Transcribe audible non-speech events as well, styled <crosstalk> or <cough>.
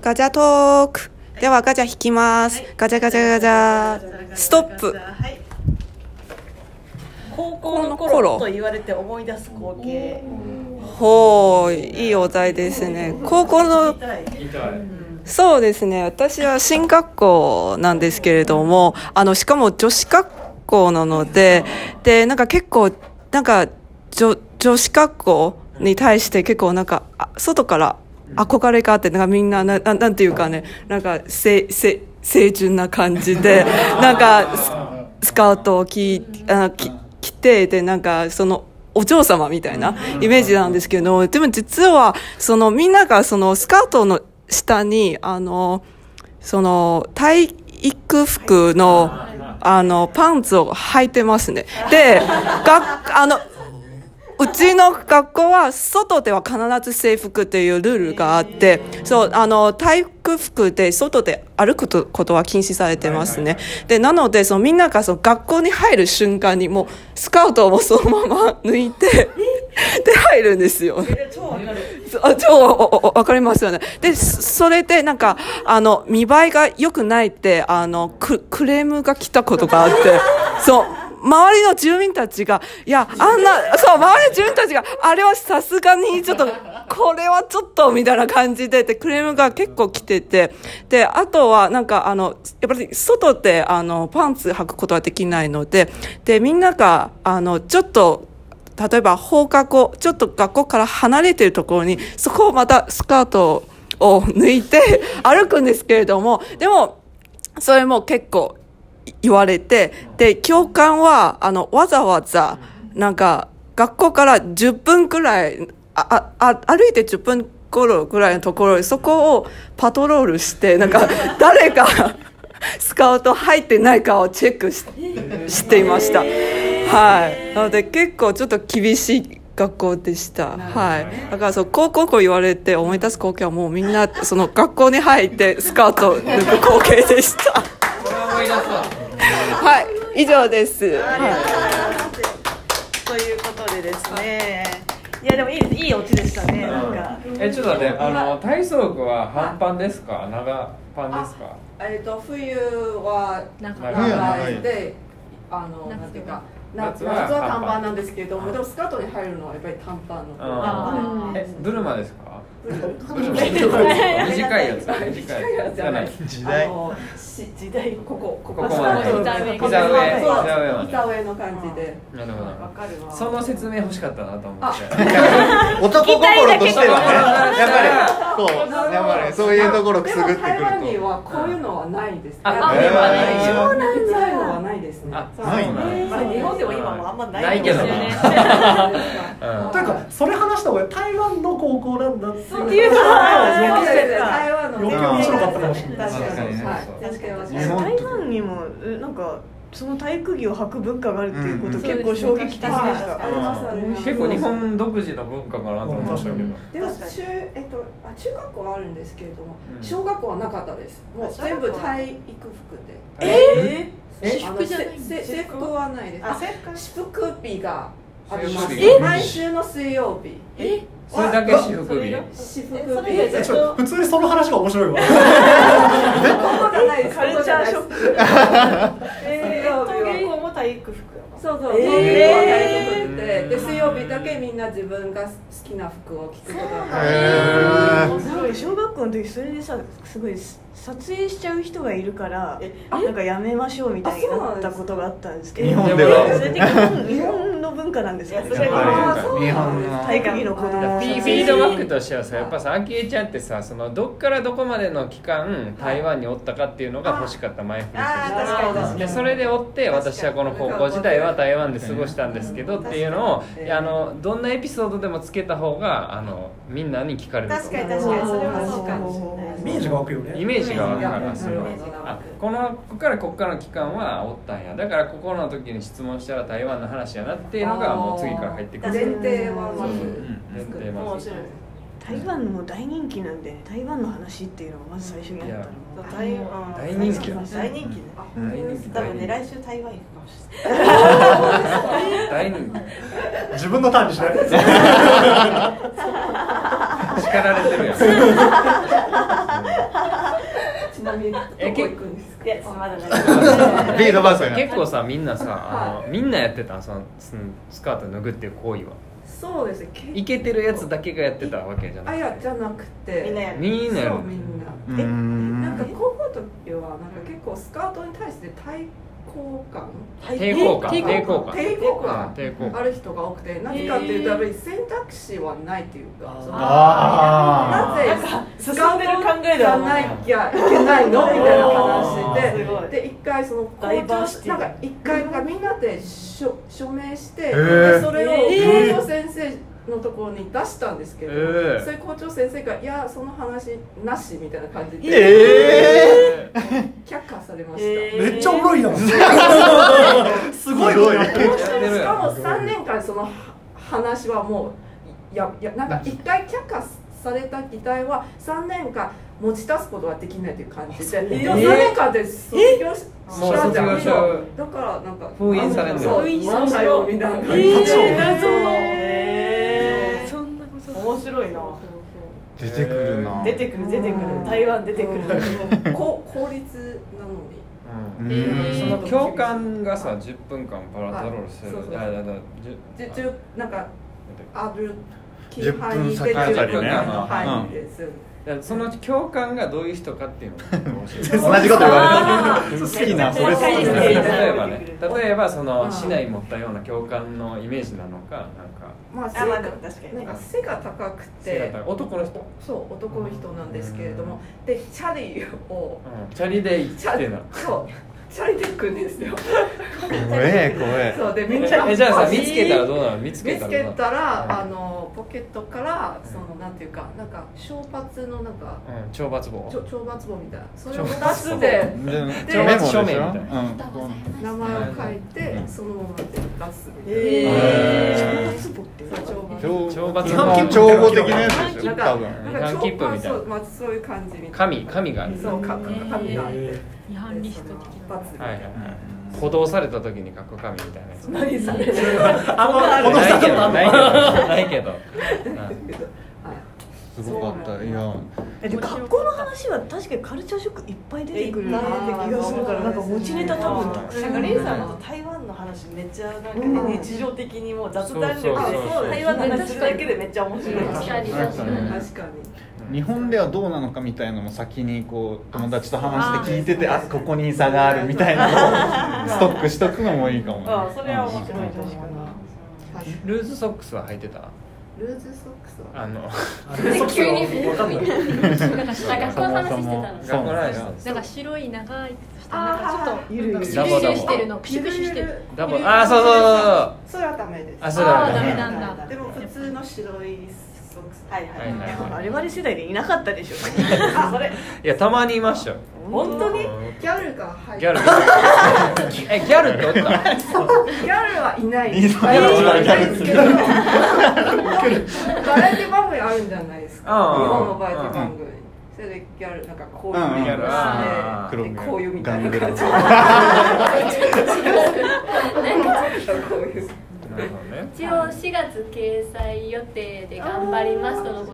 ガチャトーク。ではガチャ引きます。ガチャガチャガチャ。ストップ。はい高高校校のの頃頃と言われて思い出す光景ほーい、いいお題ですね。高校のみ、たい痛い。そうですね。私は進学校なんですけれども、あの、しかも女子学校なので、で、なんか結構、なんか、女、女子学校に対して結構なんか、あ外から憧れがあって、なんかみんな、な、ななんていうかね、なんか、せ、せ、清純な感じで、なんか、ススカートを着、あき着て、で、なんか、その、お嬢様みたいなイメージなんですけど、でも実は、その、みんなが、その、スカートの下に、あの、その、体育服の、あの、パンツを履いてますね。で、が、あの、うちの学校は外では必ず制服っていうルールがあって、そう、あの、体育服で外で歩くとことは禁止されてますね。で、なので、そのみんながその学校に入る瞬間にもうスカートをそのまま抜いて、で入るんですよ。え超わかるあ超おおわかりますよね。で、そそれでなんか、あの、見栄えが良くないって、あの、ククレームが来たことがあって、そう。周りの住民たちが、いや、あんな、そう、周りの住民たちが、あれはさすがに、ちょっと、これはちょっと、みたいな感じで、で、クレームが結構来てて、で、あとは、なんか、あの、やっぱり、外で、あの、パンツ履くことはできないので、で、みんなが、あの、ちょっと、例えば放課後ちょっと学校から離れてるところにそこをまたスカートを抜いて <laughs> 歩くんですけれどもでもそれも結構言われてで教官はあのわざわざなんか学校から10分くらいあああ歩いて10分頃くらいのところそこをパトロールしてなんか誰がスカウト入ってないかをチェックししていました。はい。なので結構ちょっと厳しい学校でした。はい。だからそう、高校校言われて思い出す光景はもうみんな、その学校に入って <laughs> スカートを抜く光景で <laughs> した。これは思い出すわ。はい。以上です。ありがとはうございますということでですねいやでもいいですいいオチでしたねなんかえ、ちょっと待って、あの体操服は半パンですか、長パンですか。い。えっ、と、冬はなんか長い長いで、あのなんていうか夏は夏は短パンなんですけども、でもスカートに入るのはやっぱり短パンのあーえ、ブルマですか。短 <laughs> 短いやつ。短いやつじゃない。時代あのし時代ここここここまで。膝上膝上、膝上まで。膝上の感じで。なるほわど。かるわその説明欲しかったなと思って。 <laughs> 男心としてはねやっぱりこうなるほどやっぱりそういうところくすぐってくでも台湾にるとはこういうのはないですあやっぱありやっぱないえー湘南にそういうのはないですねあ、そそううないなんねだ。まあ日本でも今もあんまなないいでけすどよなね。うんというかそれ話した方が台湾の高校なんだっていうっていうのは余そうですね台湾の計面白かったかもしれない確確かかににねはいそう確かに日本台湾にもえなんかその体育着を履く文化があるっていうこうんとうん結構衝撃的で確かにした。ありますあります結構日本独自の文化かなと思ったけど。でも中えっとあ中学校はあるんですけれどもうん小学校はなかったですもう全部体育服でええあの私服じゃないんだせせ制服はないですあ、せっあ私服日があります制服日毎週の水曜日それだけ私服日。私服そ日れえちょ普通にその話が面白いわそうじゃないです。カルチャーショック。水曜日は学校も体育服やそうそう。えー東京は大学服って、うんで水曜日だけみんな自分が好きな服を着くことがでへーなんか小学校の時それでさすごい撮影しちゃう人がいるからえなんかやめましょうみたいになったあそことがあったんですけど日本ではそれって日本日本の文化なんですよいねやそやれっはぱり日本の体育着の子だか供らフィピフィードバッククとしてはさやっぱさ昭恵ちゃんってさそのどっからどこまでの期間台湾におったかっていうのが欲しかった前振りとあしー確かに確かてにでそれで追って私はこの高校時代は台湾で過ごしたんですけどっていうのを確かにあのどんなエピソードでもつけた方があのみんなに聞かれると思う確かに確かにそれはそうかもしイれなメいージが湧くよねイメージがわかるわイそメのージが湧あくこのこっからこっからの期間はおったんやだからここの時に質問したら台湾の話やなっていうのがもう次から入ってく前るあー提はまうず。ん前提ま面ず白い台湾も大人気なんで台湾の話っていうのがまず最初にあったのが台湾大人気だ大人気だうん多分ね来週台湾行くかもしれない大人気自分のターンにしない <laughs> 叱られてるやん。えどこ行けくんですかいやまだないビードバーサー結構さみんなさあのみんなやってたそのそのスカート脱ぐっていう行為はそうですね結構イケてるやつだけがやってたわけじゃなあいいやじゃなくてみんなやるみんなやるそうみんなうーえんなんか高校の時はなんか結構スカートに対して対抗感抵抗感抵抵抗抗感感抵抗感抵抗ある人が多くてなぜかっていうとやっぱり選択肢はないっていうかそのなあぜ進んでる考えじだゃなないきゃいけないのみたいな話でおーすごいで一回その校ダイバーシテ長ィなんか一回なんかみんなで署署名して、ーでそれえをー校長先生のところに出したんですけど、えーそれ校長先生が「いやその話なし」みたいな感じーでえ却下されました、えーめっちゃおもろいやんすごいことやってるしかも3年間その話はもういやいやなんか一回却下された議題は3年間持ち出すことはできないという感じででも3年間で卒業しもうたじゃん卒業しちゃうだからなんか封印されんだよそう封印さなれんちだゃようみたいな感じえー謎ええーそんなこと面白いな出てくるな出てくる出てくうるん台湾出てくるこ効率なのにううーんそんの共感がさ10分間パラトロールするはいそうそうだだだじゅじゅじゅなんかある気10分配に先あたりねの範囲です、だからその共感がどういう人かっていうのが <laughs> 教えて同じこと言わあれてるー好きなそれ好きめっちゃなめ例っちゃえばね例えばそうんの市内持ったような共感のイメージなのかなんかまあ背あまあがでも確かになんか背が高く背てが高い男の人、そう男の人なんですけれどもでチャリをうん、チャリで行チャってなそうチャリで行くんですよ怖え怖えそうでめっちゃえじゃあさ見つけたらどうなの見つけ見たつらどうけなのたら、うんあのポケットからそのなんていうかなんか懲罰のなんかうん、懲罰棒ちょ懲罰簿みたいなそれを出懲罰し簿てで懲メモ罰でし書ょ面みたいうん名前を書いて、うんそのままで出すみたいな、えへーーツボってそう懲罰懲罰のの調合的なやつでしなょんか多分なんか違反切符みたいなそうまあ、そういう感じみたい神神があるなそうか紙があって違反リスト的な罰みはたいはいいな、補導された時に書く神みたいなやつ何されるあのこのない人けちょっとどあのないけどないけどうんすごかったいやえでも学校の話は確かにカルチャーショックいっぱい出てくるななっんてか気がするからなんか持ちネタ多分たくさんなんかレイさんの台湾の話めっちゃなんかね日常的にもう雑談力でそうそうそう台湾の話するだけでめっちゃ面白いから確かになんかね確かに日本ではどうなのかみたいなのも先にこう友達と話して聞いててあここに差があるみたいなのをストックしとくのもいいかもねあそれは面白い確かルーズソックスは履いてたルーズソックスはあの急に振りわかんないなんか学校の話してたの学校の話してたなんか白い長い下なんかちょっとゆるゆるシュシュシュしてるのクシュクシュしてるダボあーそうそうそれそうそうはダメですああそうだーダねメなんだでも普通の白いソックスはいはいはいはい我々世代でいなかったでしょあそれいやたまにいましたよ本当にギャルが入っギャル <laughs> えギャルっておったギャルはいないいいギぞャルはいないですけどギバラエティ番組あるんじゃないですかうん日本のバラエティ番組それでギャルなんかこういううんギャルあで黒目こういうみたいな感じこういうなるほどね一応4月掲載予定で頑張りますとのこと